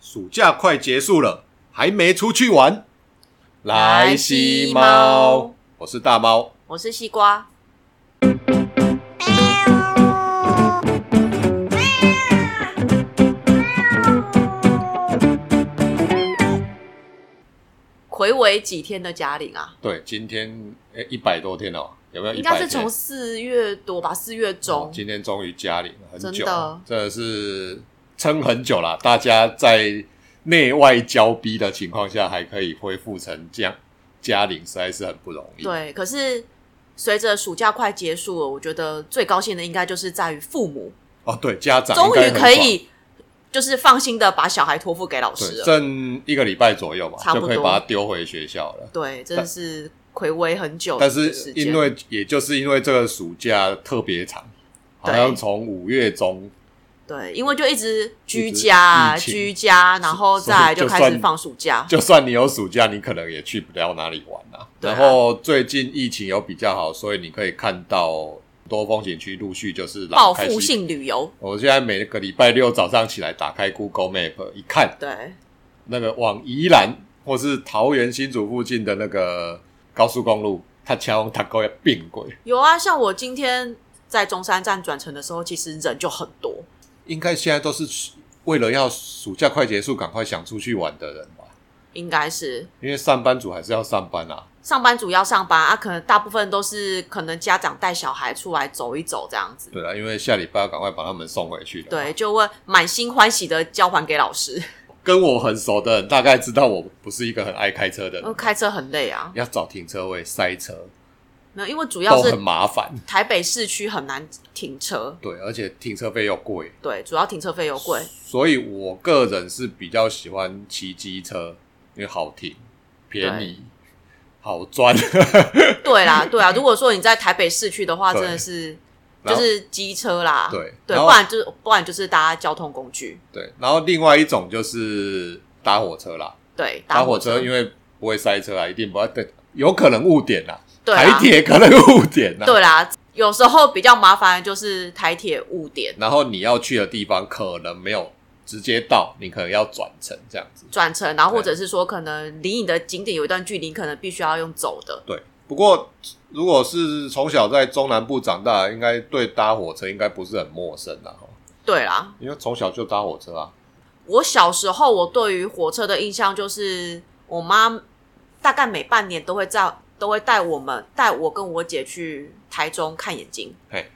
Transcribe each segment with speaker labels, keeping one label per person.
Speaker 1: 暑假快结束了，还没出去玩，
Speaker 2: 来吸猫，
Speaker 1: 我是大猫。
Speaker 2: 我是西瓜。回违几天的嘉玲啊？
Speaker 1: 对，今天诶一百多天了哦，有没有？
Speaker 2: 应该
Speaker 1: 100
Speaker 2: 是
Speaker 1: 天
Speaker 2: 从四月多吧，四月
Speaker 1: 哦
Speaker 2: 中。
Speaker 1: 今天终于加零，很久
Speaker 2: 真的，
Speaker 1: 真的是撑很久了。大家在内外交逼的情况下，还可以恢复成这样加零，实在是很不容易。
Speaker 2: 对，可是随着暑假快结束了，我觉得最高兴的应该就是在于父母
Speaker 1: 哦，对，家长
Speaker 2: 终
Speaker 1: 应该
Speaker 2: 于
Speaker 1: 很
Speaker 2: 可
Speaker 1: 爽
Speaker 2: 以就是放心的把小孩托付给老师
Speaker 1: 对，
Speaker 2: 了。
Speaker 1: 剩一个礼拜左右吧，
Speaker 2: 差
Speaker 1: 就
Speaker 2: 不多
Speaker 1: 可以把它丢回学校了。
Speaker 2: 对，真的是回违很久的
Speaker 1: 但
Speaker 2: 哦时
Speaker 1: 是
Speaker 2: 间，
Speaker 1: 因为也就是因为这个暑假特别长，好
Speaker 2: 对
Speaker 1: 像从五月中
Speaker 2: 对，因为就一直居家啊
Speaker 1: 一直疫情
Speaker 2: 居家，然后再来就开始放暑假。
Speaker 1: 就算你有暑假，你可能也去不了哪里玩啊。
Speaker 2: 对啊
Speaker 1: 然后最近疫情有比较好，所以你可以看到很多风景区陆续就是来
Speaker 2: 报
Speaker 1: 开
Speaker 2: 复
Speaker 1: 始。
Speaker 2: 性旅游，
Speaker 1: 我现在每个礼拜六早上起来打开 Google Map 一看，
Speaker 2: 对
Speaker 1: 那个往宜兰或是桃园新竹附近的那个高速公路，它桥它够要并轨，
Speaker 2: 有啊，像我今天在中山站转乘的时候，其实人就很多，
Speaker 1: 应该现在都是为了要暑假快结束，赶快想出去玩的人吧。
Speaker 2: 应该是
Speaker 1: 因为上班族还是要上班啊，
Speaker 2: 上班族要上班啊，可能大部分都是可能家长带小孩出来走一走这样子。
Speaker 1: 对啊，因为下礼拜要赶快把他们送回去了。
Speaker 2: 对，就会满心欢喜的交还给老师。
Speaker 1: 跟我很熟的人大概知道我不是一个很爱开车的
Speaker 2: 因为
Speaker 1: 人，
Speaker 2: 开车很累啊，
Speaker 1: 要找停车位、塞车
Speaker 2: 没有，因为主要
Speaker 1: 都很
Speaker 2: 是
Speaker 1: 麻烦。
Speaker 2: 台北市区很难停车，
Speaker 1: 对，而且停车费又贵，
Speaker 2: 对，主要停车费又贵。
Speaker 1: 所以我个人是比较喜欢骑机车，因为好停、便宜、好 赚。
Speaker 2: 对啦，对啊。如果说你在台北市区的话，
Speaker 1: 对
Speaker 2: 真的是
Speaker 1: 然
Speaker 2: 就
Speaker 1: 后
Speaker 2: 是机车啦，
Speaker 1: 对
Speaker 2: 对，
Speaker 1: 然
Speaker 2: 不
Speaker 1: 后
Speaker 2: 然就是不然就是搭交通工具，
Speaker 1: 对，然后另外一种就是搭火车啦，
Speaker 2: 对，
Speaker 1: 搭
Speaker 2: 火
Speaker 1: 火车因为不会塞车啊，一定不会等，有可能误点啦，
Speaker 2: 对啊
Speaker 1: 台
Speaker 2: 啦，
Speaker 1: 铁可能误点啊啦。
Speaker 2: 对啦，有时候比较麻烦的就是台铁误点
Speaker 1: 然后你要去的地方可能没有直接到，你可能要转乘这样子。
Speaker 2: 转乘，然后
Speaker 1: 对
Speaker 2: 或者是说可能离你的景点有一段距离，可能必须要用走的，
Speaker 1: 对，不过如果是从小在中南部长大，应该对搭火车应该不是很陌生啦，哈
Speaker 2: 对啦。
Speaker 1: 因为从小就搭火车啊。
Speaker 2: 我小时候我对于火车的印象就是我妈大概每半年都会在都会带我们带我跟我姐去台中看眼睛。
Speaker 1: 嘿，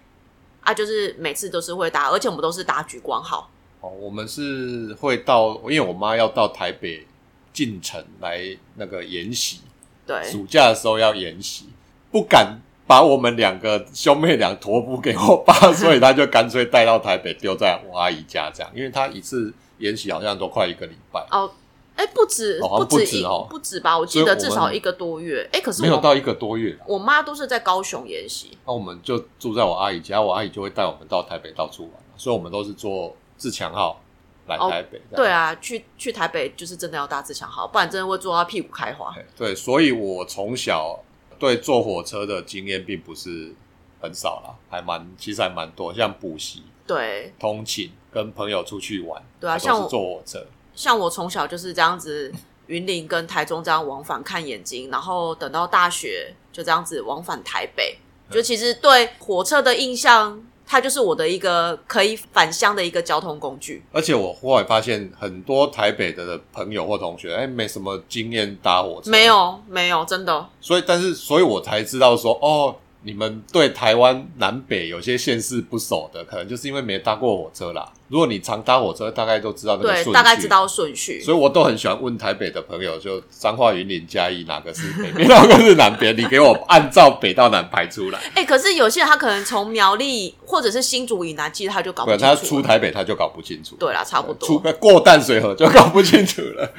Speaker 2: 啊，就是每次都是会搭，而且我们都是搭莒光号。
Speaker 1: 哦，我们是会到，因为我妈要到台北进城来那个研习，
Speaker 2: 对，
Speaker 1: 暑假的时候要研习，不敢。把我们两个兄妹俩托付给我爸，所以他就干脆带到台北，丢在我阿姨家这样。因为他一次研习好像都快一个礼拜，
Speaker 2: 哦，哎，不止，
Speaker 1: 哦好像
Speaker 2: 止
Speaker 1: 不止
Speaker 2: 一，
Speaker 1: 哦
Speaker 2: 不止吧？我
Speaker 1: 所
Speaker 2: 记
Speaker 1: 以我
Speaker 2: 得
Speaker 1: 们
Speaker 2: 至少一个多月。哎，可是
Speaker 1: 没有
Speaker 2: 我
Speaker 1: 到一个多月啦
Speaker 2: 我妈都是在高雄研习，
Speaker 1: 那我们就住在我阿姨家，我阿姨就会带我们到台北到处玩，所以我们都是坐自强号来
Speaker 2: 哦
Speaker 1: 台北。这
Speaker 2: 对
Speaker 1: 样
Speaker 2: 啊，去去台北就是真的要搭自强号，不然真的会坐到屁股开花。
Speaker 1: 嘿对，所以我从小对坐火车的经验并不是很少啦，还蛮其实还蛮多，像补习、
Speaker 2: 对，
Speaker 1: 通勤、跟朋友出去玩，
Speaker 2: 对啊
Speaker 1: 我
Speaker 2: 像
Speaker 1: 都
Speaker 2: 我
Speaker 1: 是坐火车。
Speaker 2: 像我从小就是这样子，云林跟台中这样往返看眼睛，然后等到大学就这样子往返台北。就其实对火车的印象，它就是我的一个可以返乡的一个交通工具。
Speaker 1: 而且我后来发现，很多台北的朋友或同学，哎，没什么经验搭火车，
Speaker 2: 没有，没有，真的
Speaker 1: 所以，但是，所以我才知道说，哦，你们对台湾南北有些县市不熟的，可能就是因为没搭过火车啦。如果你常搭火车，大概都知道那个
Speaker 2: 对
Speaker 1: 顺，序，
Speaker 2: 大概知。道顺序。
Speaker 1: 所以我都很喜欢问台北的朋友，就彰化、云林、嘉义哪个是北边，哪个是南边？你给我按照北到南排出来。
Speaker 2: 哎、可是有些人他可能从苗栗或者是新竹以南，其实他就搞不
Speaker 1: 对，
Speaker 2: 清楚
Speaker 1: 他
Speaker 2: 了。
Speaker 1: 出台北他就搞不清楚，
Speaker 2: 对啦，差不
Speaker 1: 出
Speaker 2: 多。
Speaker 1: 过淡水河就搞不清楚了。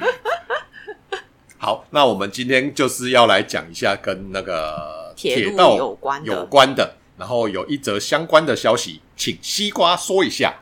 Speaker 1: 好，那我们今天就是要来讲一下跟那个
Speaker 2: 铁
Speaker 1: 铁
Speaker 2: 路
Speaker 1: 道
Speaker 2: 有关
Speaker 1: 有
Speaker 2: 的
Speaker 1: 关的，然后有一则相关的消息，请西瓜说一下。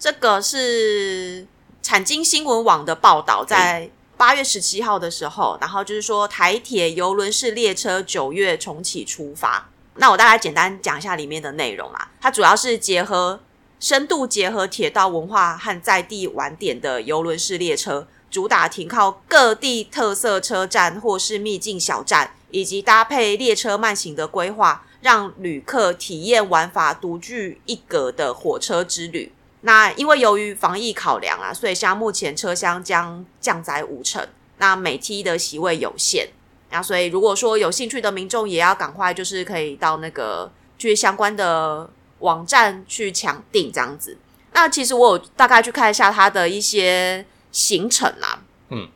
Speaker 2: 这个是产经新闻网的报道，在八月十七号的时候，然后就是说台铁邮轮式列车九月重启出发。那我大概简单讲一下里面的内容啦，它主要是结合深度结合铁道文化和在地晚点的游轮式列车，主打停靠各地特色车站或是秘境小站，以及搭配列车慢行的规划，让旅客体验玩法独具一格的火车之旅。那因为由于防疫考量啊，所以像目前车厢将降载五成，那每梯的席位有限。那所以如果说有兴趣的民众，也要赶快就是可以到那个去相关的网站去抢订这样子。那其实我有大概去看一下它的一些行程啦。
Speaker 1: 嗯，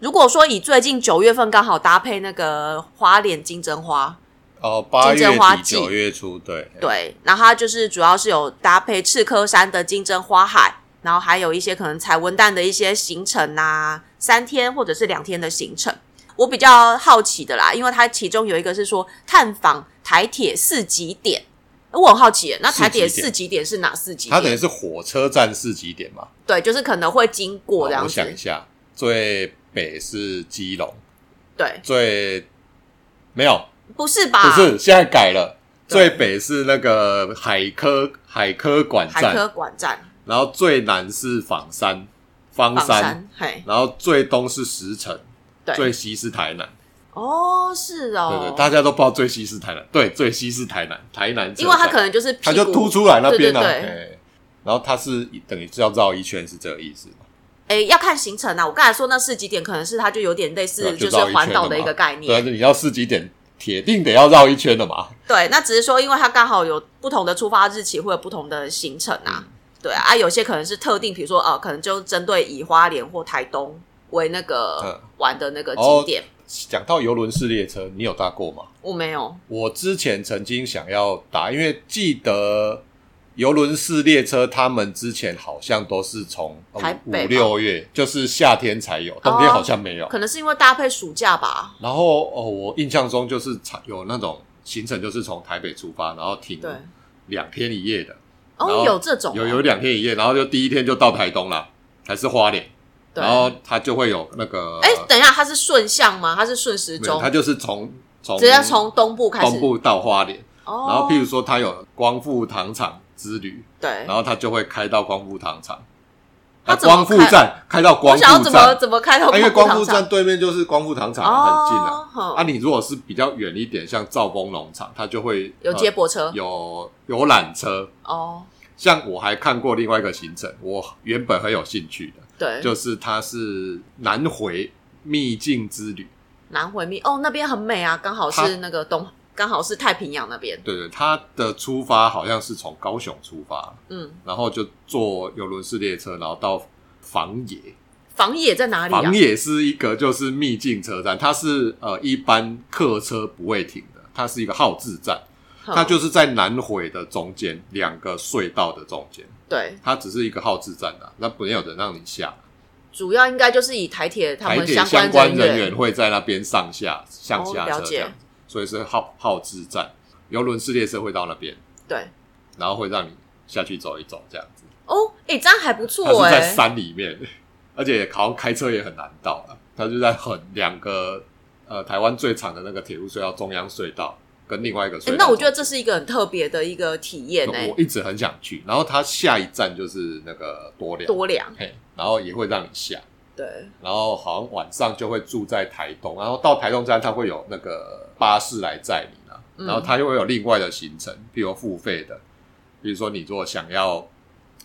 Speaker 2: 如果说以最近九月份刚好搭配那个花莲金针花，
Speaker 1: 哦，八
Speaker 2: 金
Speaker 1: 月
Speaker 2: 针花
Speaker 1: 底
Speaker 2: 季
Speaker 1: 九月初，对，
Speaker 2: 对，然后它就是主要是有搭配赤科山的金针花海，然后还有一些可能采文旦的一些行程啊，三天或者是两天的行程。我比较好奇的啦，因为它其中有一个是说探访台铁四级点，
Speaker 1: 哦
Speaker 2: 我很好奇耶，那台铁
Speaker 1: 四级点
Speaker 2: 四级点是哪四级
Speaker 1: 它等于
Speaker 2: 点？
Speaker 1: 是火车站市集点嘛。
Speaker 2: 对，就是可能会经过这
Speaker 1: 好
Speaker 2: 样
Speaker 1: 哦我想一
Speaker 2: 子。
Speaker 1: 下，最北是基隆，
Speaker 2: 对，
Speaker 1: 最没有，
Speaker 2: 不是
Speaker 1: 不
Speaker 2: 吧？
Speaker 1: 是现在改了。
Speaker 2: 啊对
Speaker 1: 最北是那个海科海科馆
Speaker 2: 海科
Speaker 1: 站，
Speaker 2: 馆站
Speaker 1: 然后最南是仿山方
Speaker 2: 房
Speaker 1: 山，
Speaker 2: 山，嘿，
Speaker 1: 然后最东是石城，
Speaker 2: 对
Speaker 1: 最西是台南。
Speaker 2: 哦，是哦，
Speaker 1: 对对，大家都不知道最西是台南，对，最西是台南，台南车站。
Speaker 2: 因为它可能就是
Speaker 1: 它
Speaker 2: 屁
Speaker 1: 就
Speaker 2: 股
Speaker 1: 凸出来那边啊，
Speaker 2: 对对对
Speaker 1: 哎然后它是等于是要绕一圈，是这个意思嘛？
Speaker 2: 诶，要看行程啊。我刚才说那四级点，可能是它就有点类
Speaker 1: 对
Speaker 2: 似
Speaker 1: 吧
Speaker 2: 就是
Speaker 1: 绕一圈
Speaker 2: 环岛
Speaker 1: 了
Speaker 2: 的一
Speaker 1: 嘛
Speaker 2: 个概
Speaker 1: 对啊，
Speaker 2: 念。
Speaker 1: 就你要四级点，铁定得要绕一圈的嘛。
Speaker 2: 对，那只是说，因为它刚好有不同的出发日期，会有不同的行程
Speaker 1: 嗯
Speaker 2: 啊。对啊，啊有些可能是特定，比如说呃，可能就针对以花莲或台东为那个
Speaker 1: 嗯
Speaker 2: 玩的那个
Speaker 1: 哦
Speaker 2: 景点。
Speaker 1: 讲到游轮式列车，你有搭过吗？
Speaker 2: 我没有，
Speaker 1: 我之前曾经想要搭，因为记得游轮式列车，他们之前好像都是从呃
Speaker 2: 台
Speaker 1: 五
Speaker 2: 北吧哦
Speaker 1: 六月，就是夏天才有，冬天好像没有。
Speaker 2: 可能是因为搭配暑假吧。
Speaker 1: 然后哦，我印象中就是常有那种行程，就是从台北出发，然后停
Speaker 2: 对，
Speaker 1: 两天一夜的，嗯然
Speaker 2: 哦，
Speaker 1: 后
Speaker 2: 有这种哦、
Speaker 1: 有有两天一夜，然后就第一天就到台东啦，还是花莲，
Speaker 2: 对。
Speaker 1: 然后它就会有那个，
Speaker 2: 哎，等一下，它是顺向吗？它是顺时
Speaker 1: 没有
Speaker 2: 钟
Speaker 1: 它？就是从从
Speaker 2: 直接从东部开始。
Speaker 1: 东部到花莲。
Speaker 2: 哦。
Speaker 1: 然后譬如说他有光复糖厂之旅，
Speaker 2: 对
Speaker 1: 然，后他就会开到光复糖厂，
Speaker 2: 他
Speaker 1: 啊，
Speaker 2: 怎么
Speaker 1: 光复站开到
Speaker 2: 我
Speaker 1: 光复
Speaker 2: 想要怎么
Speaker 1: 站，
Speaker 2: 怎么开到
Speaker 1: 啊因为
Speaker 2: 光
Speaker 1: 光
Speaker 2: 复
Speaker 1: 复
Speaker 2: 糖厂
Speaker 1: 站对面就是光复糖厂啊，
Speaker 2: 哦，
Speaker 1: 很近啊。
Speaker 2: 好
Speaker 1: 啊，你如果是比较远一点，像兆丰农场，它就会
Speaker 2: 有接、驳车
Speaker 1: 呃、有游览车。
Speaker 2: 哦，
Speaker 1: 像我还看过另外一个行程，我原本很有兴趣的，
Speaker 2: 对，
Speaker 1: 就是它是南回秘境之旅。
Speaker 2: 南回密哦，那边很美啊，刚好
Speaker 1: 它
Speaker 2: 是那个东，刚好是太平洋那边，
Speaker 1: 对对，它的出发好像是从高雄出发，
Speaker 2: 嗯，
Speaker 1: 然后就坐游轮式列车，然后到房野。
Speaker 2: 房野在哪里啊
Speaker 1: 房？野是一个就是秘境车站，它是呃一般客车不会停的，它是一个号志站，
Speaker 2: 哼
Speaker 1: 它就是在南回的中间两个隧道的中间，
Speaker 2: 对，
Speaker 1: 它只是一个号志站啊，那没有人让你下。
Speaker 2: 主要应该就是以台铁他
Speaker 1: 台
Speaker 2: 们
Speaker 1: 铁
Speaker 2: 关
Speaker 1: 相关
Speaker 2: 人
Speaker 1: 人员会在那边上下上下
Speaker 2: 哦了
Speaker 1: 车
Speaker 2: 解
Speaker 1: 这样，所以是号号志站，游轮式列车会到那边，
Speaker 2: 对，
Speaker 1: 然后会让你下去走一走这样子。
Speaker 2: 哦，哎，这样还不
Speaker 1: 它是
Speaker 2: 错
Speaker 1: 在
Speaker 2: 哎，
Speaker 1: 山里面， 而且好像开车也很难到啊。它就在很两个呃台湾最长的那个铁路隧道中央隧道跟另外一个隧
Speaker 2: 诶
Speaker 1: 道。
Speaker 2: 那我觉得这是一个很特别的一个体验哎
Speaker 1: 我，一直很想去。然后它下一站就是那个多良，
Speaker 2: 多良，
Speaker 1: 嘿，然后也会让你下，
Speaker 2: 对，
Speaker 1: 然后好像晚上就会住在台东，然后到台东站它会有那个巴士来载你啦，
Speaker 2: 嗯
Speaker 1: 然后它又会有另外的行程，比如付费的，比如说你如果想要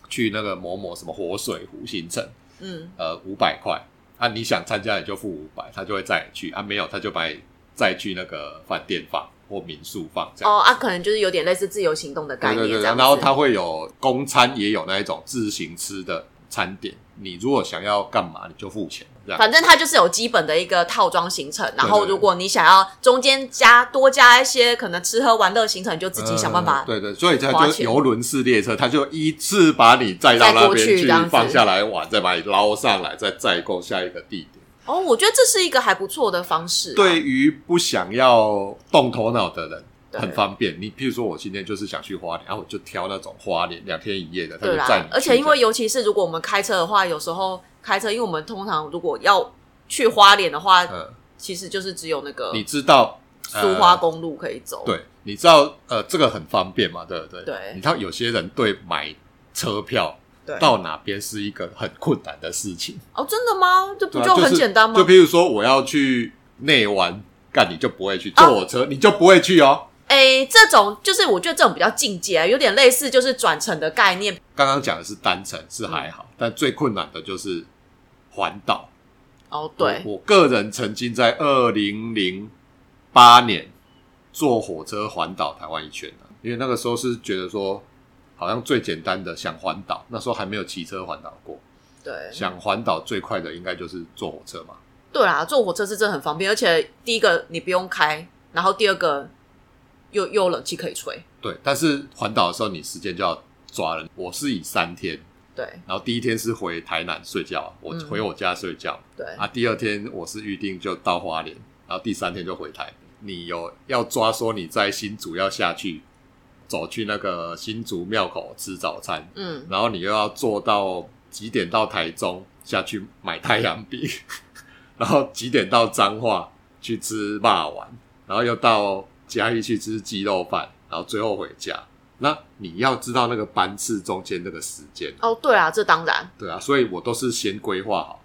Speaker 1: 去那个某某什么活水湖行程。
Speaker 2: 嗯，
Speaker 1: 呃五百块，啊你想参加你就付五百，他就会载你去啊没有他就把你载去那个饭店放或民宿放这样。
Speaker 2: 哦啊，可能就是有点类似自由行动的概
Speaker 1: 对
Speaker 2: 念
Speaker 1: 对
Speaker 2: 这
Speaker 1: 对，
Speaker 2: 样
Speaker 1: 然
Speaker 2: 子，
Speaker 1: 后它会有公餐，也有那一种自行吃的餐点。你如果想要干嘛，你就付钱这 样。
Speaker 2: 反正它就是有基本的一个套装行程，然后
Speaker 1: 对对
Speaker 2: 如果你想要中间加多加一些可能吃喝玩乐行程，你就自己想办法。
Speaker 1: 嗯对对，所以它
Speaker 2: 花
Speaker 1: 就
Speaker 2: 钱
Speaker 1: 游轮式列车，它就一次把你载到
Speaker 2: 载
Speaker 1: 那
Speaker 2: 过
Speaker 1: 边
Speaker 2: 去这样子
Speaker 1: 放下来玩，再把你捞上来，再载过下一个地点。
Speaker 2: 哦，我觉得这是一个还不错的方式、啊。
Speaker 1: 对于不想要动头脑的人，
Speaker 2: 对
Speaker 1: 很方便。你譬如说，我今天就是想去花莲，然、后我就挑那种花莲两天一夜的，他
Speaker 2: 对
Speaker 1: 就载
Speaker 2: 啦
Speaker 1: 你，去
Speaker 2: 而且因为
Speaker 1: 这样
Speaker 2: 尤其是如果我们开车的话，有时候开车，因为我们通常如果要去花莲的话，
Speaker 1: 呃，
Speaker 2: 其实就是只有那个
Speaker 1: 你呃知道
Speaker 2: 苏花、公路可以走。
Speaker 1: 呃对，你知道呃，这个很方便嘛，对不对？
Speaker 2: 对
Speaker 1: 你知道有些人对买车票
Speaker 2: 对，
Speaker 1: 到哪边是一个很困难的事情。
Speaker 2: 哦，真的吗？这不
Speaker 1: 对啊
Speaker 2: 就很
Speaker 1: 是
Speaker 2: 简单吗？
Speaker 1: 就譬如说我要去内湾，干你就不会去
Speaker 2: 啊
Speaker 1: 坐我车，你就不会去哦。
Speaker 2: 哎，这种就是我觉得这种比较进阶，啊有点类似就是转乘的概念。
Speaker 1: 刚刚讲的是单程是还好，
Speaker 2: 嗯
Speaker 1: 但最困难的就是环岛。
Speaker 2: 哦，对，
Speaker 1: 我我个人曾经在二零零八年坐火车环岛台湾一圈、啊、因为那个时候是觉得说，好像最简单的想环岛，那时候还没有骑车环岛过，
Speaker 2: 对，
Speaker 1: 想环岛最快的应该就是坐火车嘛。
Speaker 2: 对啦，坐火车是真的很方便，而且第一个你不用开，然后第二个又又有冷气可以吹。
Speaker 1: 对，但是环岛的时候你时间就要抓了。我是以三天，
Speaker 2: 对
Speaker 1: 然后第一天是回台南睡觉，我
Speaker 2: 嗯
Speaker 1: 回我家睡觉、
Speaker 2: 对，
Speaker 1: 啊。第二天我是预定就到花莲，然后第三天就回台。你有要抓说你在新竹要下去，走去那个新竹庙口吃早餐，
Speaker 2: 嗯，
Speaker 1: 然后你又要坐到几点到台中下去买太阳饼， 然后几点到彰化去吃霸丸，然后又到嘉义去吃鸡肉饭，然后最后回家。那你要知道那个班次中间那个时间，
Speaker 2: 哦，对啊，这当然，
Speaker 1: 对啊，所以我都是先规划好，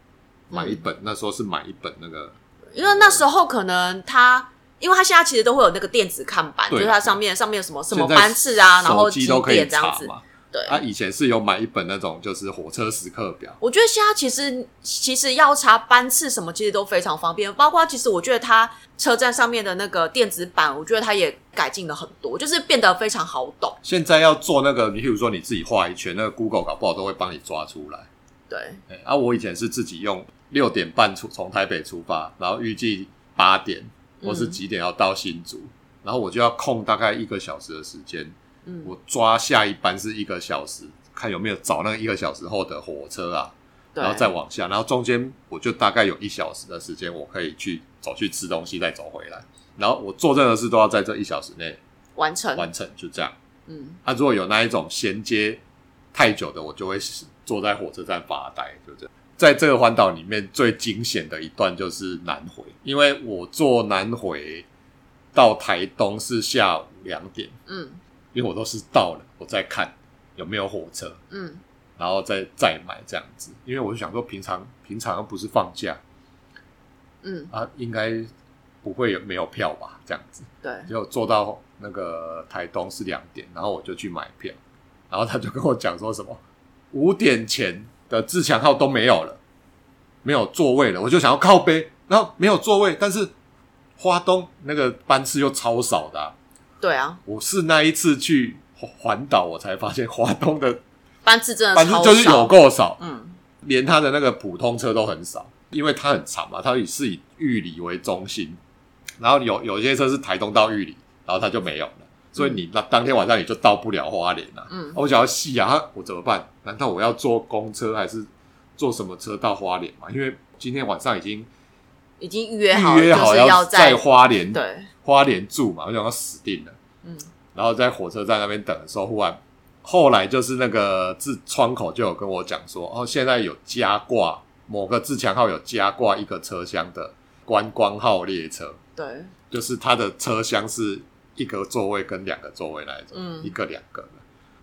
Speaker 1: 买
Speaker 2: 嗯
Speaker 1: 一本、那时候是买一本那个，
Speaker 2: 因为那时候可能他，因为他现在其实都会有那个电子看板，就
Speaker 1: 对
Speaker 2: 是它上面上面有什么什么
Speaker 1: 现在
Speaker 2: 班次啊，然后
Speaker 1: 手
Speaker 2: 几
Speaker 1: 机都可以
Speaker 2: 点这样
Speaker 1: 查
Speaker 2: 子。
Speaker 1: 嘛。
Speaker 2: 对，
Speaker 1: 啊，以前是有买一本那种就是火车时刻表，
Speaker 2: 我觉得现在其实其实要查班次什么，其实都非常方便。包括其实我觉得它车站上面的那个电子版，我觉得它也改进了很多，就是变得非常好懂。
Speaker 1: 现在要做那个，你譬如说你自己画一圈，那个 Google 搞不好都会帮你抓出来。
Speaker 2: 对，
Speaker 1: 哎啊，我以前是自己用六点半出从台北出发，然后预计八点
Speaker 2: 嗯
Speaker 1: 或是几点要到新竹，然后我就要空大概一个小时的时间，
Speaker 2: 嗯，
Speaker 1: 我抓下一班是一个小时，看有没有找那个一个小时后的火车啊，
Speaker 2: 对
Speaker 1: 然后再往下，然后中间我就大概有一小时的时间，我可以去走去吃东西，再走回来。然后我做任何事都要在这一小时内
Speaker 2: 完成，
Speaker 1: 完成，就这样。
Speaker 2: 嗯，
Speaker 1: 啊，如果有那一种衔接太久的，我就会坐在火车站发呆，就这样。在这个环岛里面，最惊险的一段就是南回，因为我坐南回到台东是下午两点，
Speaker 2: 嗯
Speaker 1: 因为我都是到了我再看有没有火车，
Speaker 2: 嗯，
Speaker 1: 然后再再买这样子。因为我就想说，平常平常又不是放假
Speaker 2: 嗯，
Speaker 1: 啊，应该不会有没有票吧？这样子，
Speaker 2: 对，
Speaker 1: 结果坐到那个台东是两点，然后我就去买票，然后他就跟我讲说什么五点前的自强号都没有了，没有座位了，我就想要靠背，然后没有座位，但是花东那个班次又超少的啊、
Speaker 2: 对啊，
Speaker 1: 我是那一次去环环岛，我才发现花东的
Speaker 2: 班次真的
Speaker 1: 班次
Speaker 2: 超
Speaker 1: 就是
Speaker 2: 少
Speaker 1: 有够少，
Speaker 2: 嗯，
Speaker 1: 连它的那个普通车都很少，因为它很长嘛，它也是以玉里为中心，然后有有些车是台东到玉里，然后它就没有了，所以你那当天晚上你就到不了花莲了、
Speaker 2: 嗯
Speaker 1: 啊我想要细啊，啊我怎么办？难道我要坐公车还是坐什么车到花莲嘛？因为今天晚上已经
Speaker 2: 已经预约好
Speaker 1: 预
Speaker 2: 了，
Speaker 1: 约好
Speaker 2: 就是要
Speaker 1: 在花莲
Speaker 2: 对，
Speaker 1: 花莲住嘛，我想要死定了。
Speaker 2: 嗯，
Speaker 1: 然后在火车站那边等的时候，忽然后来就是那个自窗口就有跟我讲说，哦，现在有加挂某个自强号有加挂一个车厢的观光号列车，
Speaker 2: 对，
Speaker 1: 就是它的车厢是一个座位跟两个座位那一种，
Speaker 2: 嗯
Speaker 1: 一个两个的，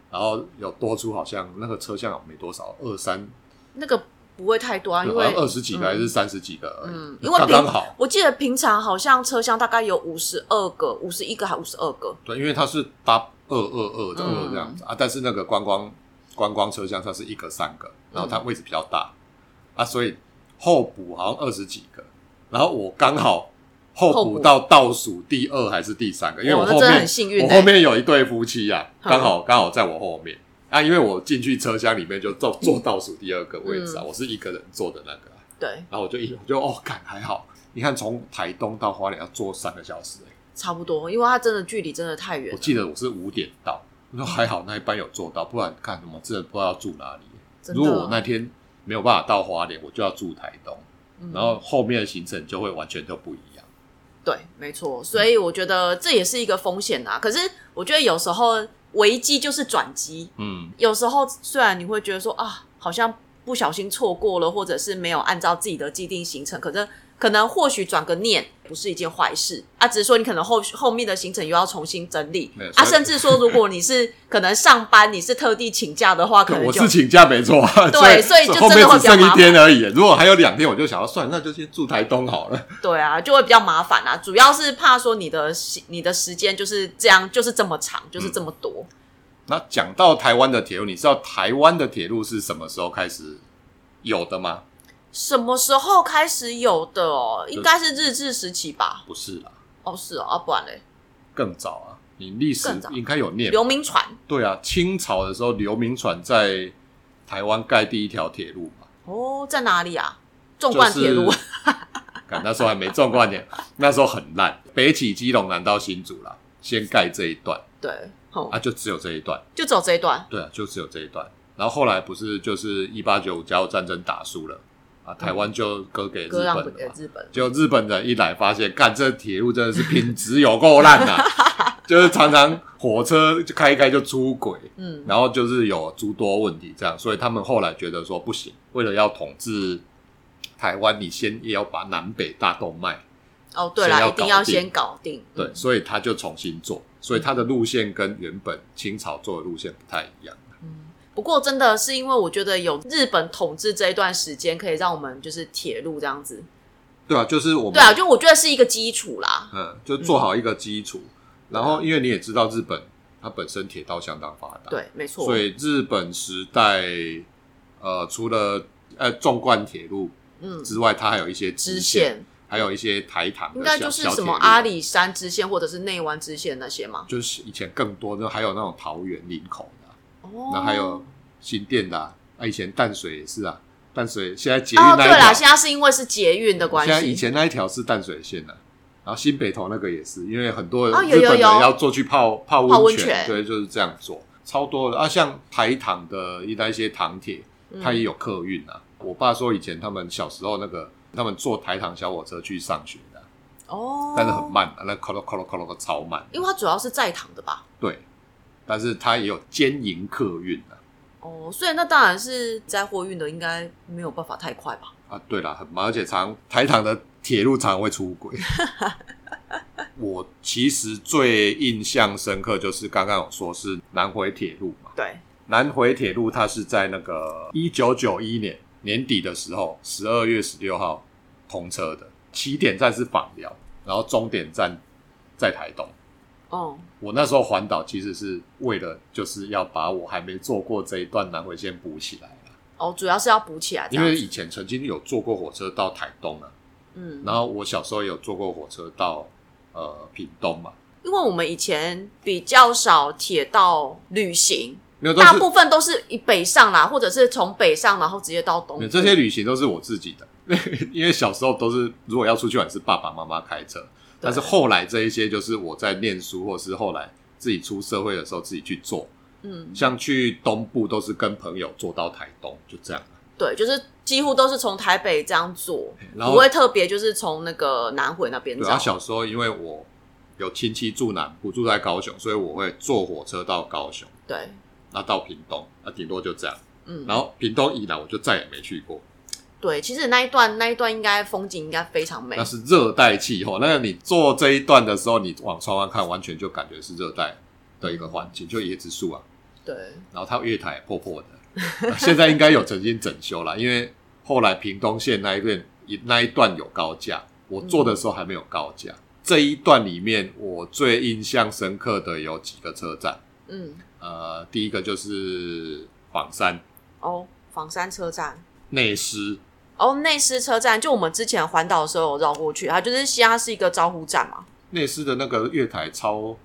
Speaker 1: 然后有多出好像那个车厢好像没多少，二三，
Speaker 2: 那个不会太多啊，因
Speaker 1: 好
Speaker 2: 为
Speaker 1: 像二十几个还是
Speaker 2: 嗯
Speaker 1: 三十几个而已，
Speaker 2: 嗯因为
Speaker 1: 刚刚好。
Speaker 2: 我记得平常好像车厢大概有五十二个、五十一个还五十二个，
Speaker 1: 对，因为它是搭二二二的
Speaker 2: 嗯
Speaker 1: 二这样子、啊，但是那个观光观光车厢它是一个三个，
Speaker 2: 嗯
Speaker 1: 然后它位置比较大、啊，所以候补好像二十几个，然后我刚好候
Speaker 2: 候补
Speaker 1: 补到倒数第二还是第三个，因为
Speaker 2: 哇
Speaker 1: 我
Speaker 2: 那
Speaker 1: 后
Speaker 2: 真的
Speaker 1: 面
Speaker 2: 很幸运
Speaker 1: 我
Speaker 2: 欸
Speaker 1: 后面有一对夫妻啊，
Speaker 2: 嗯
Speaker 1: 刚好刚好在我后面啊，因为我进去车厢里面就坐坐倒数第二个位置啊，
Speaker 2: 嗯
Speaker 1: 我是一个人坐的那个啊、
Speaker 2: 对，
Speaker 1: 然后我就一我就哦，感还好，你看从台东到花莲要坐三个小时、欸
Speaker 2: 差不多，因为它真的距离真的太远
Speaker 1: 我
Speaker 2: 了，
Speaker 1: 记得我是五点到，我说还好那一班有做到，不然看我真的不知道要住哪里。
Speaker 2: 真的
Speaker 1: 如果我那天没有办法到花莲，我就要住台东，
Speaker 2: 嗯
Speaker 1: 然后后面的行程就会完全都不一样。
Speaker 2: 对，没错，所以我觉得这也是一个风险啊。可是我觉得有时候危机就是转机，
Speaker 1: 嗯，
Speaker 2: 有时候虽然你会觉得说啊，好像不小心错过了，或者是没有按照自己的既定行程，可是可能或许转个念不是一件坏事啊，只是说你可能后后面的行程又要重新整理
Speaker 1: 没有所
Speaker 2: 啊，
Speaker 1: 以
Speaker 2: 甚至说如果你是可能上班你是特地请假 的话，可能
Speaker 1: 我
Speaker 2: 就是
Speaker 1: 请假没 错啊，
Speaker 2: 对
Speaker 1: 所
Speaker 2: 所以就
Speaker 1: 后
Speaker 2: 真
Speaker 1: 面
Speaker 2: 的会
Speaker 1: 只
Speaker 2: 比较
Speaker 1: 剩一
Speaker 2: 麻
Speaker 1: 天而已。如果还有两天，我就想要算，那就先住台东好 了。
Speaker 2: 对啊，就会比较麻烦啊。主要是怕说你的时你的时间就是这样，就是这么长，就是这么多。
Speaker 1: 嗯那讲到台湾的铁路，你知道台湾的铁路是什么时候开始有的吗？
Speaker 2: 什么时候开始有的哦？应该是日治时期吧？
Speaker 1: 不是啦，
Speaker 2: 哦，是哦，啊、不然嘞，
Speaker 1: 更早啊。你历史
Speaker 2: 更早
Speaker 1: 应该有念吧，
Speaker 2: 刘铭传
Speaker 1: 对啊，清朝的时候，刘铭传在台湾盖第一条铁路嘛，
Speaker 2: 哦，在哪里啊？纵
Speaker 1: 就
Speaker 2: 贯
Speaker 1: 是
Speaker 2: 铁路、，
Speaker 1: 干那时候还没纵贯铁，那时候很烂，北起基隆，南到新竹啦，先盖这一段
Speaker 2: 对，哦，
Speaker 1: 啊，就只有这一段，
Speaker 2: 就走这一段。
Speaker 1: 对啊，就只有这一段。然后后来不是就是一八九五甲午战争打输了啊，台湾就割给日
Speaker 2: 嗯割
Speaker 1: 本
Speaker 2: 让
Speaker 1: 了
Speaker 2: 给
Speaker 1: 嘛，
Speaker 2: 日本，
Speaker 1: 就日本人一来发现，干这铁路真的是品质有够烂啊， 就是常常火车就开一开就出轨，
Speaker 2: 嗯，
Speaker 1: 然后就是有诸多问题这样，所以他们后来觉得说不行，为了要统治台湾，你先也要把南北大动脉，
Speaker 2: 哦，对
Speaker 1: 先
Speaker 2: 啦，
Speaker 1: 要
Speaker 2: 一定要
Speaker 1: 搞定
Speaker 2: 先搞定。
Speaker 1: 对，
Speaker 2: 嗯
Speaker 1: 所以他就重新做，所以他的路线跟原本清朝做的路线不太一样。
Speaker 2: 嗯不过真的是因为我觉得有日本统治这一段时间，可以让我们就是铁路这样子。
Speaker 1: 对啊，就是我们
Speaker 2: 对啊，就我觉得是一个基础啦。
Speaker 1: 嗯，就做好一个基础，
Speaker 2: 嗯
Speaker 1: 然后因为你也知道日本它本身铁道相当发达，
Speaker 2: 对，没错。
Speaker 1: 所以日本时代，呃，除了呃纵贯铁路
Speaker 2: 嗯，
Speaker 1: 之外，它还有一些
Speaker 2: 支
Speaker 1: 支线，
Speaker 2: 线
Speaker 1: 还有一些台糖的
Speaker 2: 应
Speaker 1: 小，
Speaker 2: 该就是
Speaker 1: 小
Speaker 2: 什
Speaker 1: 铁
Speaker 2: 么
Speaker 1: 路啊
Speaker 2: 阿，里山支线或者是内湾支线那些嘛。
Speaker 1: 就是以前更多的还有那种桃园、林口的啊、
Speaker 2: 哦，
Speaker 1: 那还有新店的啊、啊，以前淡水也是啊，淡水现在捷运
Speaker 2: 哦，
Speaker 1: 那一
Speaker 2: 对啦，
Speaker 1: 条，
Speaker 2: 现在是因为是捷运的关
Speaker 1: 现在以
Speaker 2: 系，
Speaker 1: 前那一条是淡水线的、啊然后新北投那个也是，因为很多
Speaker 2: 哦
Speaker 1: 人
Speaker 2: 有
Speaker 1: 日
Speaker 2: 有
Speaker 1: 本人
Speaker 2: 有
Speaker 1: 要做去泡泡
Speaker 2: 泡
Speaker 1: 温
Speaker 2: 温
Speaker 1: 泉，
Speaker 2: 泉
Speaker 1: 对，就是这样做，超多的啊。像台糖的一那一些糖铁，
Speaker 2: 嗯
Speaker 1: 它也有客运啊。我爸说以前他们小时候那个，他们坐台糖小火车去上学的，啊
Speaker 2: 哦，
Speaker 1: 但是很，慢啊，那咯咯咯咯咯咯超慢。
Speaker 2: 因为它主要是在堂的吧？
Speaker 1: 对，但是它也有兼营客运啊。
Speaker 2: 哦，所以那当然是在货运的，应该没有办法太快吧？
Speaker 1: 啊，对了，很慢，而且常台糖的铁路常会出轨。我其实最印象深刻就是刚刚有说是南回铁路嘛，
Speaker 2: 对，
Speaker 1: 南回铁路它是在那个一九九一年年底的时候，十二月十六号通车的，起点站是访寮，然后终点站在台东。
Speaker 2: 哦，
Speaker 1: 我那时候环岛其实是为了就是要把我还没坐过这一段南回线补起来啊
Speaker 2: 哦，主要是要补起来，
Speaker 1: 因为以前曾经有坐过火车到台东啊，
Speaker 2: 嗯，
Speaker 1: 然后我小时候有坐过火车到呃屏东嘛，
Speaker 2: 因为我们以前比较少铁道旅行，
Speaker 1: 没有都
Speaker 2: 大
Speaker 1: 是
Speaker 2: 部分都是以北上啦，或者是从北上然后直接到东
Speaker 1: 没有嗯
Speaker 2: 部，
Speaker 1: 这些旅行都是我自己的， 因为小时候都是如果要出去玩是爸爸妈妈开车，但是后来这一些就是我在念书或是后来自己出社会的时候自己去做，
Speaker 2: 嗯，
Speaker 1: 像去东部都是跟朋友坐到台东就这样，
Speaker 2: 对，就是几乎都是从台北这样做，
Speaker 1: 然
Speaker 2: 不
Speaker 1: 后
Speaker 2: 会特别就是从那个南回那边
Speaker 1: 对，
Speaker 2: 走。
Speaker 1: 然后小时候因为我有亲戚住南部住在高雄，所以我会坐火车到高雄，
Speaker 2: 对，
Speaker 1: 那到屏东，那顶多就这样，
Speaker 2: 嗯，
Speaker 1: 然后屏东以南我就再也没去过。
Speaker 2: 对，其实那一段那一段应该风景应该非常美
Speaker 1: 那。是热带气候。那你做这一段的时候，你往窗外看，完全就感觉是热带的一个环境，就椰子树啊，
Speaker 2: 对，
Speaker 1: 然后它月台也破破的，现在应该有曾经整修啦，因为后来屏东县那一段那一段有高架，我做的时候还没有高架。这一段里面，我最印象深刻的有几个车站，
Speaker 2: 嗯，
Speaker 1: 呃，第一个就是仿山
Speaker 2: 哦，房山车站，
Speaker 1: 内狮，
Speaker 2: 哦，内狮车站，就我们之前环岛的时候有绕过去，它就是西它是一个招呼站嘛，
Speaker 1: 内狮的那个月台超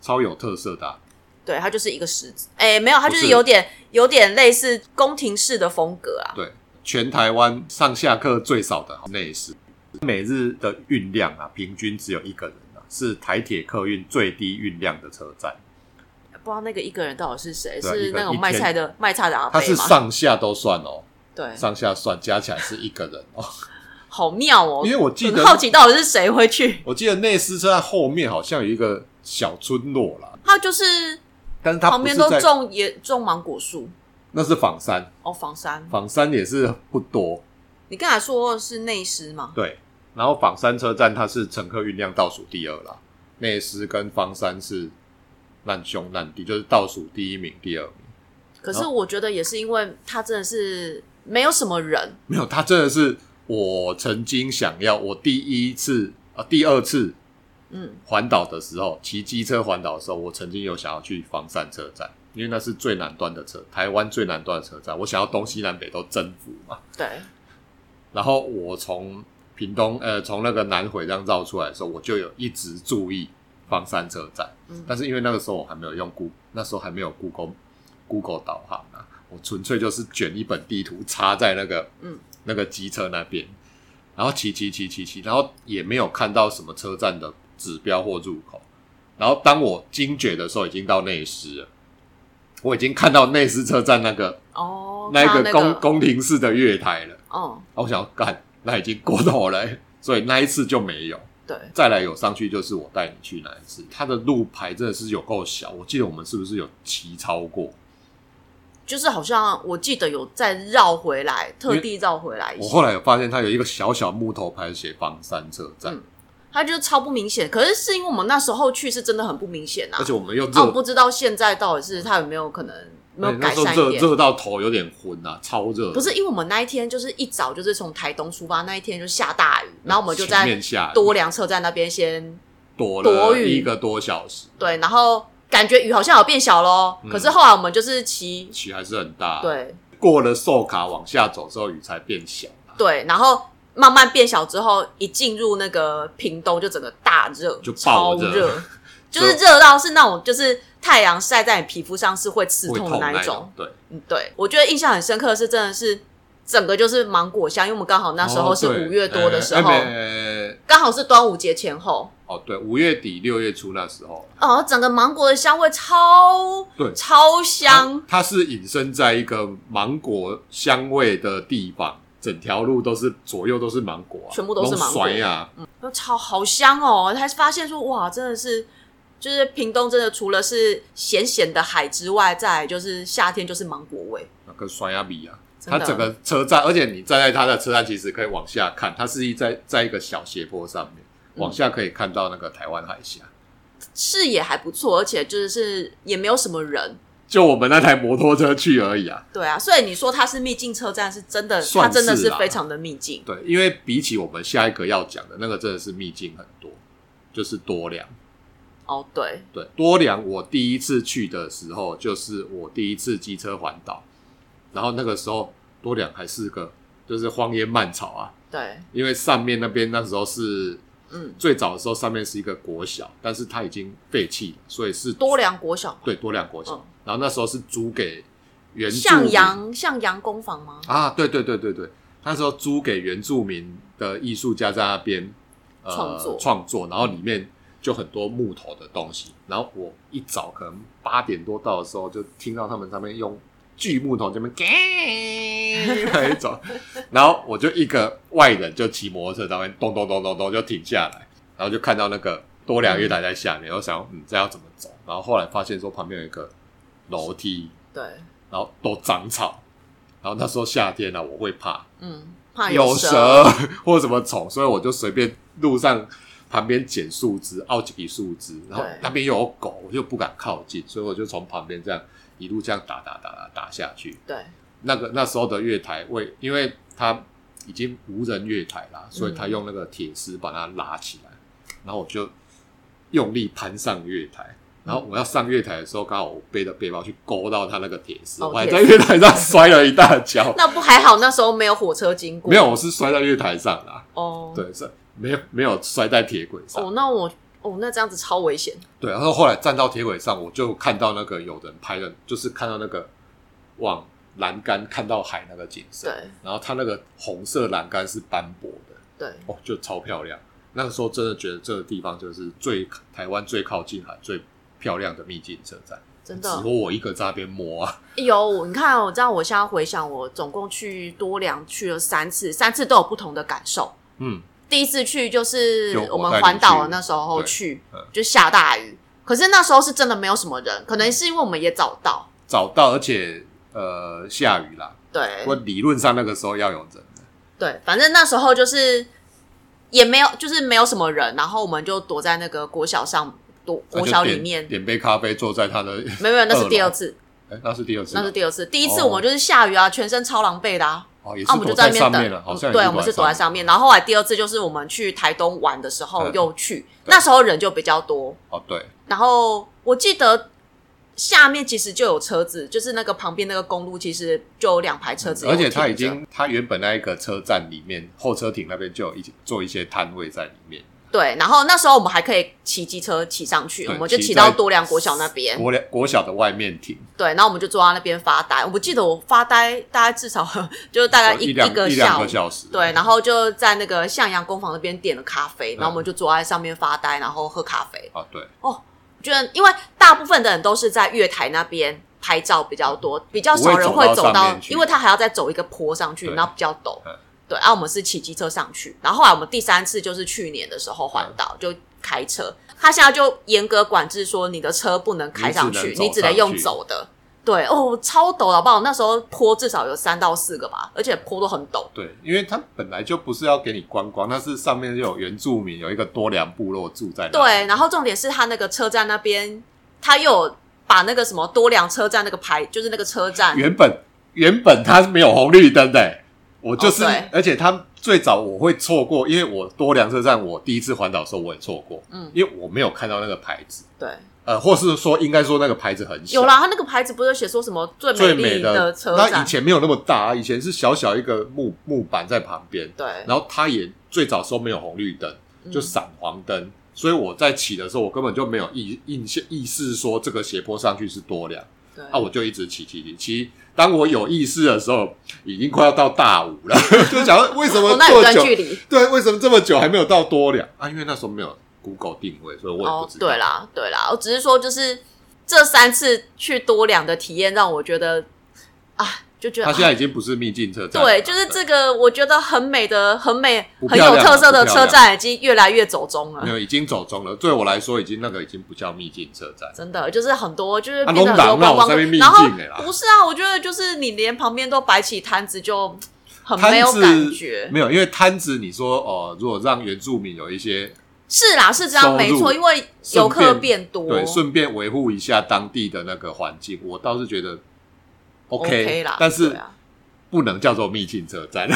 Speaker 1: 超有特色的啊、
Speaker 2: 对，它就是一个十字，哎，没有，它就
Speaker 1: 不
Speaker 2: 是
Speaker 1: 哦是
Speaker 2: 有点有点类似宫廷式的风格啊。
Speaker 1: 对，全台湾上下课最少的内是每日的运量啊，平均只有一个人啊，是台铁客运最低运量的车站，
Speaker 2: 不知道那个一个人到底是谁，
Speaker 1: 对啊一
Speaker 2: 是
Speaker 1: 个
Speaker 2: 那种
Speaker 1: 一
Speaker 2: 卖
Speaker 1: 天
Speaker 2: 菜的卖菜的阿
Speaker 1: 它是
Speaker 2: 伯吗？
Speaker 1: 上下都算哦，
Speaker 2: 对，
Speaker 1: 上下算加起来是一个人哦，
Speaker 2: 好妙哦
Speaker 1: 因，为我记得
Speaker 2: 很好奇到底是谁 会去，
Speaker 1: 我记得内斯车站后面好像有一个小村落啦，
Speaker 2: 它就是
Speaker 1: 但是它
Speaker 2: 旁
Speaker 1: 不
Speaker 2: 边
Speaker 1: 是
Speaker 2: 都
Speaker 1: 在，
Speaker 2: 种也种芒果树，
Speaker 1: 那是仿山，
Speaker 2: 哦，房山，
Speaker 1: 仿山也是不多，
Speaker 2: 你刚才说的是内狮吗？
Speaker 1: 对，然后仿山车站它是乘客运量倒数第二啦，内斯跟方山是难兄难弟，就是倒数第一名、第二名。
Speaker 2: 可
Speaker 1: 哦
Speaker 2: 是我觉得也是因为它真的是没有什么人，
Speaker 1: 没有，它真的是我曾经想要，我第一次啊、第二次
Speaker 2: 嗯，
Speaker 1: 环岛的时候，骑机车环岛的时候，我曾经有想要去房山车站，因为那是最南端的车，台湾最南端的车站，我想要东西南北都征服嘛。
Speaker 2: 对，
Speaker 1: 然后我从屏东呃从那个南回这样绕出来的时候，我就有一直注意方山车站，
Speaker 2: 嗯
Speaker 1: 但是因为那个时候我还没有用 Go，那时候还没有 Google Google 导航啊，我纯粹就是卷一本地图插在那个
Speaker 2: 嗯
Speaker 1: 那个机车那边，然后骑骑骑骑骑，然后也没有看到什么车站的指标或入口，然后当我惊觉的时候，已经到内斯了。我已经看到内斯车站那个、
Speaker 2: 哦，
Speaker 1: 那
Speaker 2: 看
Speaker 1: 个
Speaker 2: 到那
Speaker 1: 宫、宫廷式的月台了，
Speaker 2: 哦，
Speaker 1: 啊我想要干，那已经过头了欸、所以那一次就没有。
Speaker 2: 对，
Speaker 1: 再来有上去就是我带你去那一次，它的路牌真的是有够小，我记得我们是不是有骑超过？
Speaker 2: 就是好像我记得有再绕回来，特地绕回来一
Speaker 1: 我
Speaker 2: 下，
Speaker 1: 后来有发现它有一个小小木头牌写房山车站，
Speaker 2: 嗯它就是超不明显。可是是因为我们那时候去是真的很不明显啊
Speaker 1: 而，且我们又
Speaker 2: 啊，我
Speaker 1: 热，
Speaker 2: 不知道现在到底是它有没有可能没
Speaker 1: 而且
Speaker 2: 有
Speaker 1: 哎那
Speaker 2: 改
Speaker 1: 时候
Speaker 2: 善一
Speaker 1: 热
Speaker 2: 点。
Speaker 1: 热到头有点昏啊，超热。
Speaker 2: 不是，因为我们那一天就是一早就是从台东出发，那一天就下大雨，然后我们就
Speaker 1: 前
Speaker 2: 在
Speaker 1: 面下雨
Speaker 2: 多良车站那边先
Speaker 1: 躲
Speaker 2: 躲
Speaker 1: 了
Speaker 2: 雨
Speaker 1: 一个多小时，
Speaker 2: 对，然后感觉雨好像有变小喽，
Speaker 1: 嗯
Speaker 2: 可是后来我们就是骑，
Speaker 1: 雨还是很大。，
Speaker 2: 对
Speaker 1: 过了寿卡往下走之后，雨才变小啊，
Speaker 2: 对，然后慢慢变小之后，一进入那个屏东就整个大热，
Speaker 1: 就
Speaker 2: 超
Speaker 1: 爆
Speaker 2: 热
Speaker 1: 热，
Speaker 2: 就是热到是那种就是太阳晒在你皮肤上是会刺
Speaker 1: 会
Speaker 2: 痛的
Speaker 1: 痛
Speaker 2: 那
Speaker 1: 那
Speaker 2: 一种。。
Speaker 1: 对，
Speaker 2: 嗯，对，我觉得印象很深刻的是真的是整个就是芒果香，因为我们刚好那时候是
Speaker 1: 哦对
Speaker 2: 五月多的时候，
Speaker 1: 哎没
Speaker 2: 刚好是端午节前后。
Speaker 1: 哦，对，五月底六月初那时候，
Speaker 2: 哦，整个芒果的香味超
Speaker 1: 对
Speaker 2: 超香，
Speaker 1: 它它是隐身在一个芒果香味的地方，整条路都是左右都是芒果、啊，
Speaker 2: 全部都是芒果嗯
Speaker 1: 呀、啊，
Speaker 2: 都超好香哦！才发现说哇，真的是就是屏东真的除了是咸咸的海之外，再来就是夏天就是芒果味，
Speaker 1: 那个酸呀比啊。
Speaker 2: 真
Speaker 1: 它
Speaker 2: 的
Speaker 1: 整个车站，而且你站在它的车站，其实可以往下看，它是一在在一个小斜坡上面，
Speaker 2: 嗯
Speaker 1: 往下可以看到那个台湾海峡。
Speaker 2: 视野还不错，而且就是也没有什么人。
Speaker 1: 就我们那台摩托车去而已啊。
Speaker 2: 对啊，所以你说它是秘境车站，是真的，它
Speaker 1: 算
Speaker 2: 真的
Speaker 1: 是
Speaker 2: 是
Speaker 1: 啦
Speaker 2: 非常的秘境。
Speaker 1: 对，因为比起我们下一个要讲的那个，真的是秘境很多，就是多良。
Speaker 2: 哦，对，
Speaker 1: 对，多良我第一次去的时候，就是我第一次机车环岛，然后那个时候多良还是个就是荒烟蔓草啊，
Speaker 2: 对，
Speaker 1: 因为上面那边那时候是
Speaker 2: 嗯，
Speaker 1: 最早的时候，上面是一个国小，但是它已经废弃了，所以是
Speaker 2: 多良国小，
Speaker 1: 对多良国小，
Speaker 2: 嗯
Speaker 1: 然后那时候是租给原住
Speaker 2: 向
Speaker 1: 民
Speaker 2: 阳向阳工坊吗？
Speaker 1: 啊，对对对对对，那时候租给原住民的艺术家在那边呃
Speaker 2: 创作
Speaker 1: 创作，然后里面就很多木头的东西。然后我一早可能八点多到的时候，就听到他们上面用锯木头这 边那一种，然后我就一个外人就骑摩托车，上面咚咚咚咚咚就停下来，然后就看到那个多良月台在下面，我想嗯这要怎么走？然后后来发现说旁边有一个楼梯，
Speaker 2: 对，
Speaker 1: 然后都长草。然后那时候夏天呢、啊我会怕
Speaker 2: 嗯，怕
Speaker 1: 有
Speaker 2: 蛇，
Speaker 1: 蛇 或什么虫，所以我就随便路上旁边捡树枝，凹几笔树枝，然后
Speaker 2: 对
Speaker 1: 那边又有狗，我就不敢靠近，所以我就从旁边这样一路这样打打打打打下去。
Speaker 2: 对，
Speaker 1: 那个那时候的月台为，因为它已经无人月台啦，所
Speaker 2: 嗯
Speaker 1: 以他用那个铁丝把它拉起来，然后我就用力攀上月台。
Speaker 2: 嗯
Speaker 1: 然后我要上月台的时候，刚好我背着背包去勾到他那个铁丝，
Speaker 2: 哦
Speaker 1: 我还
Speaker 2: 铁
Speaker 1: 在
Speaker 2: 丝。
Speaker 1: 月台上摔了一大跤
Speaker 2: 那不还好，那时候没有火车经过，
Speaker 1: 没有，我是摔在月台上啦。
Speaker 2: 哦，
Speaker 1: 对，是没有没有摔在铁轨上。
Speaker 2: 哦，那我哦，那这样子超危险，
Speaker 1: 对，然后后来站到铁轨上，我就看到那个有人拍的，就是看到那个往栏杆看到海那个景色。
Speaker 2: 对
Speaker 1: 然后它那个红色栏杆是斑驳的，
Speaker 2: 对，
Speaker 1: 哦，就超漂亮。那个时候真的觉得这个地方就是最台湾最靠近海、最漂亮的秘境车站，
Speaker 2: 真
Speaker 1: 只
Speaker 2: 的
Speaker 1: 有我一个在那边摸啊。
Speaker 2: 有。你看、哦，这样我现在回想，我总共去多良去了三次，三次都有不同的感受。
Speaker 1: 嗯，
Speaker 2: 第一次去就是
Speaker 1: 就我带你
Speaker 2: 我们环岛的
Speaker 1: 去
Speaker 2: 那时候
Speaker 1: 对
Speaker 2: 去
Speaker 1: 嗯，
Speaker 2: 就下大雨，可是那时候是真的没有什么人，可能是因为我们也早到，
Speaker 1: 找到，而且呃下雨啦，
Speaker 2: 对
Speaker 1: 不过理论上那个时候要有人。
Speaker 2: 对，反正那时候就是也没有，就是没有什么人，然后我们就躲在那个国小上，躲
Speaker 1: 那
Speaker 2: 国
Speaker 1: 就
Speaker 2: 小里
Speaker 1: 点
Speaker 2: 面，
Speaker 1: 点杯咖啡，坐在他的，
Speaker 2: 没有没有，那
Speaker 1: 二
Speaker 2: 是
Speaker 1: 楼
Speaker 2: 第二次，
Speaker 1: 哎那是第二次吧，
Speaker 2: 那是第二次，第一次
Speaker 1: 哦
Speaker 2: 我们就是下雨啊，全身超狼狈的啊，
Speaker 1: 哦，也是
Speaker 2: 啊，我们就
Speaker 1: 躲
Speaker 2: 在
Speaker 1: 在
Speaker 2: 那
Speaker 1: 上
Speaker 2: 边
Speaker 1: 面
Speaker 2: 等，
Speaker 1: 了，好
Speaker 2: 嗯
Speaker 1: 像也
Speaker 2: 对，
Speaker 1: 是
Speaker 2: 我们是
Speaker 1: 躲
Speaker 2: 躲在
Speaker 1: 上
Speaker 2: 上面。然后后来第二次就是我们去台东玩的时候
Speaker 1: 嗯
Speaker 2: 又去，那时候人就比较多。
Speaker 1: 面哦，对，
Speaker 2: 然后我记得下面其实就有车子，就是那个旁边那个公路其实就有两排车子
Speaker 1: 嗯
Speaker 2: 有
Speaker 1: 而
Speaker 2: 停着，
Speaker 1: 且他已经，他原本那一个车站里面候车亭那边就有一做一些摊位在里面。
Speaker 2: 对。然后那时候我们还可以骑机车骑上去，
Speaker 1: 对
Speaker 2: 我们就
Speaker 1: 骑
Speaker 2: 骑到
Speaker 1: 在
Speaker 2: 多良国小那边，
Speaker 1: 国两国小的外面停，
Speaker 2: 对。然后我们就坐在那边发呆。我记得我发呆大概至少 就是大概
Speaker 1: 有
Speaker 2: 呃
Speaker 1: 呃哦一
Speaker 2: 一
Speaker 1: 两
Speaker 2: 个
Speaker 1: 一两
Speaker 2: 下午
Speaker 1: 个，小时，
Speaker 2: 对，然后就在那个向阳工坊那边点了咖啡，然后我们
Speaker 1: 嗯
Speaker 2: 就坐在上面发呆，然后喝咖啡。
Speaker 1: 啊，对，
Speaker 2: 我觉得，因为大部分的人都是在月台那边拍照比较多，比较少人
Speaker 1: 不会走到
Speaker 2: 走
Speaker 1: 上
Speaker 2: 到
Speaker 1: 面，去
Speaker 2: 因为他还要再走一个坡上去，
Speaker 1: 对
Speaker 2: 然后比较陡
Speaker 1: 嗯。
Speaker 2: 对，然后我们是骑机车上去，然后后来我们第三次就是去年的时候环
Speaker 1: 嗯
Speaker 2: 岛就开车，他现在就严格管制说你的车不能开上去，你
Speaker 1: 你
Speaker 2: 只
Speaker 1: 只能
Speaker 2: 能
Speaker 1: 走上去
Speaker 2: 用走的。对哦，超陡好不好？那时候坡至少有三到四个吧，而且坡都很陡。
Speaker 1: 对，因为它本来就不是要给你观光，那是上面就有原住民，有一个多良部落住在那。，
Speaker 2: 对，然后重点是他那个车站那边，他又有把那个什么多良车站那个牌，就是那个车站，
Speaker 1: 原本原本它是没有红绿灯的、我就是，
Speaker 2: 哦对
Speaker 1: 而且它最早我会错过，因为我多良车站我第一次环岛的时候我也错过，
Speaker 2: 嗯
Speaker 1: 因为我没有看到那个牌子，
Speaker 2: 对，
Speaker 1: 呃，或是说应该说那个牌子很小，
Speaker 2: 有啦，他那个牌子不是写说什么最
Speaker 1: 最
Speaker 2: 美
Speaker 1: 美
Speaker 2: 丽
Speaker 1: 的
Speaker 2: 车
Speaker 1: 那
Speaker 2: 站
Speaker 1: 以？前没有那么大、啊，以前是小小一个木木板在旁边，
Speaker 2: 对，嗯
Speaker 1: 然后它也最早时候没有红绿灯，就闪黄灯，所以我在骑的时候，我根本就没有意印象意识说这个斜坡上去是多凉，
Speaker 2: 对
Speaker 1: 啊，我就一直骑骑骑骑。当我有意识的时候，已经快要到大五 了，就想说为什么
Speaker 2: 哦，那有一
Speaker 1: 这
Speaker 2: 段
Speaker 1: 么
Speaker 2: 距
Speaker 1: 久？
Speaker 2: 离
Speaker 1: 对，为什么这么久还没有到多凉啊？因为那时候没有 Google 定位，所以我也
Speaker 2: 哦
Speaker 1: 不，知道。
Speaker 2: 对啦，对啦，我只是说就是这三次去多良的体验让我觉得啊，就觉得
Speaker 1: 它现在
Speaker 2: 啊
Speaker 1: 已经不是秘境车站了，
Speaker 2: 对，就是这个我觉得很美的、很美、
Speaker 1: 不
Speaker 2: 很
Speaker 1: 漂亮
Speaker 2: 有
Speaker 1: 啊
Speaker 2: 特色
Speaker 1: 不
Speaker 2: 的
Speaker 1: 漂
Speaker 2: 车
Speaker 1: 亮
Speaker 2: 站已经越来越走中了
Speaker 1: 没。有已经走中了。对我来说，已经那个已经不叫秘境车站。
Speaker 2: 真的就是很多，就是
Speaker 1: 啊
Speaker 2: 变得很多
Speaker 1: 拢人啊有
Speaker 2: 观光
Speaker 1: 啥物
Speaker 2: 客。
Speaker 1: 秘
Speaker 2: 然后
Speaker 1: 境的啦
Speaker 2: 不是啊，我觉得就是你连旁边都摆起摊子，就很
Speaker 1: 摊
Speaker 2: 没有
Speaker 1: 子
Speaker 2: 感觉。
Speaker 1: 没有，因为摊子你说哦，如果让原住民有一些
Speaker 2: 是啦，是这样
Speaker 1: 收入
Speaker 2: 没错，因为游客变多，
Speaker 1: 对，顺便维护一下当地的那个环境，我倒是觉得 OK,
Speaker 2: OK 啦。
Speaker 1: 但
Speaker 2: 对
Speaker 1: 是
Speaker 2: 啊
Speaker 1: 不能叫做秘境车站。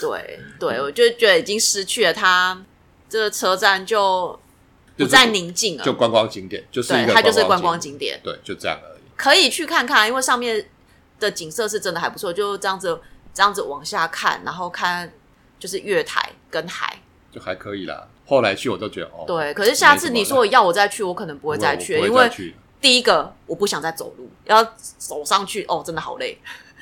Speaker 2: 对对，我就觉得已经失去了它这个车站就
Speaker 1: 就
Speaker 2: 不
Speaker 1: 是
Speaker 2: 再宁静了。
Speaker 1: 就观光景点，就是一
Speaker 2: 对，
Speaker 1: 个
Speaker 2: 它就是观光
Speaker 1: 光
Speaker 2: 景点，
Speaker 1: 点，对，就这样而已。
Speaker 2: 可以去看看，因为上面的景色是真的还不错。就这样子这样子往下看，然后看就是月台跟海。
Speaker 1: 就还可以啦。后来去我都觉得哦，
Speaker 2: 对，可是下次你说要我再去，我可能不
Speaker 1: 不
Speaker 2: 会再去，
Speaker 1: 去，我
Speaker 2: 因
Speaker 1: 不会
Speaker 2: 为
Speaker 1: 再去
Speaker 2: 第一个我不想再走路，要走上去哦，真的好累。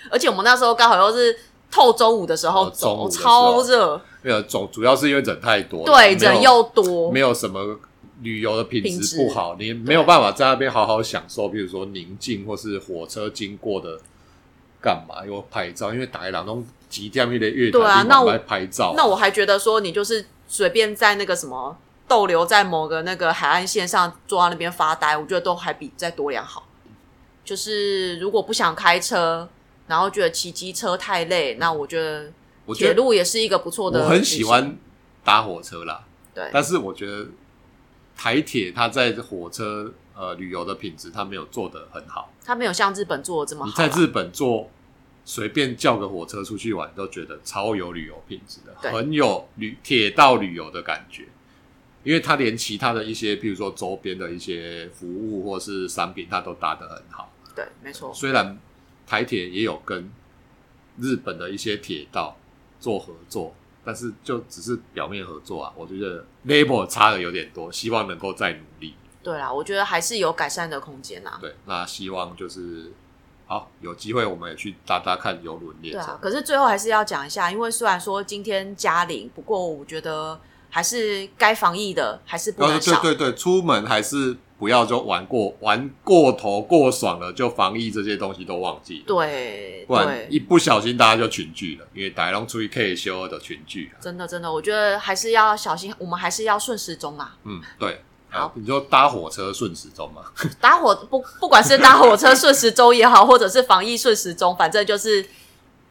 Speaker 2: 而且我们那时候刚好又是透中午的时候
Speaker 1: 哦中
Speaker 2: 走，
Speaker 1: 午的时
Speaker 2: 超
Speaker 1: 候
Speaker 2: 热，
Speaker 1: 没有总主要是因为人太多了，
Speaker 2: 对，
Speaker 1: 没有
Speaker 2: 人又多
Speaker 1: 没，有什么旅游的品
Speaker 2: 品质
Speaker 1: 质不好，你没有办法在那边好好享受，比如说宁静或是火车经过的干嘛，又拍照，因为打一朗东极点那个乐
Speaker 2: 对啊
Speaker 1: 坛
Speaker 2: 那我
Speaker 1: 来拍照，
Speaker 2: 那我还觉得说你就是随便在那个什么逗留在某个那个海岸线上坐在那边发呆，我觉得都还比在多良好。就是如果不想开车，然后觉得骑机车太累，那我觉得
Speaker 1: 我
Speaker 2: 铁
Speaker 1: 觉得
Speaker 2: 路也是一个不错的。
Speaker 1: 我很喜，欢搭火车啦，
Speaker 2: 对，
Speaker 1: 但是我觉得台铁它在火车呃旅游的品质它没有做得很好，
Speaker 2: 它没有像日本做的这么
Speaker 1: 你
Speaker 2: 好啊
Speaker 1: 在
Speaker 2: 啦。
Speaker 1: 日本坐。随便叫个火车出去玩，都觉得超有旅游品质
Speaker 2: 对
Speaker 1: 的，很有旅铁道旅游的感觉。因为它连其他的一些，譬如说周边的一些服务或是商品，它都搭得很好。
Speaker 2: 对，没错。
Speaker 1: 虽然台铁也有跟日本的一些铁道做合作，但是就只是表面合作啊，我就觉得 label 差的有点多，希望能够再努力。
Speaker 2: 对啦，我觉得还是有改善的空间啊啦。
Speaker 1: 对，那希望就是好有机会我们也去搭搭看游轮列
Speaker 2: 对啊
Speaker 1: 车，。
Speaker 2: 可是最后还是要讲一下，因为虽然说今天嘉玲，不过我觉得还是该防疫的还是不
Speaker 1: 然后
Speaker 2: 能少。
Speaker 1: 呃对对对，出门还是不要就玩过玩过头过爽了，就防疫这些东西都忘记了，
Speaker 2: 对
Speaker 1: 不然
Speaker 2: 对，
Speaker 1: 一不小心大家就群聚了，因为大家都出去 K 修的群聚啊。
Speaker 2: 真的真的，我觉得还是要小心，我们还是要顺时钟啊啦。
Speaker 1: 嗯，对。
Speaker 2: 好
Speaker 1: 啊，你说搭火车顺时钟嘛？
Speaker 2: 搭火不不管是搭火车顺时钟也 好，或者是防疫顺时钟，反正就是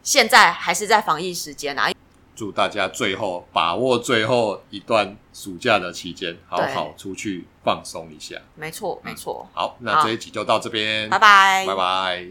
Speaker 2: 现在还是在防疫时间啊。
Speaker 1: 祝大家最后把握最后一段暑假的期间，好好出去放松一下。
Speaker 2: 没错，没错，
Speaker 1: 好，那这一集就到这边，
Speaker 2: 拜拜，
Speaker 1: 嗯拜拜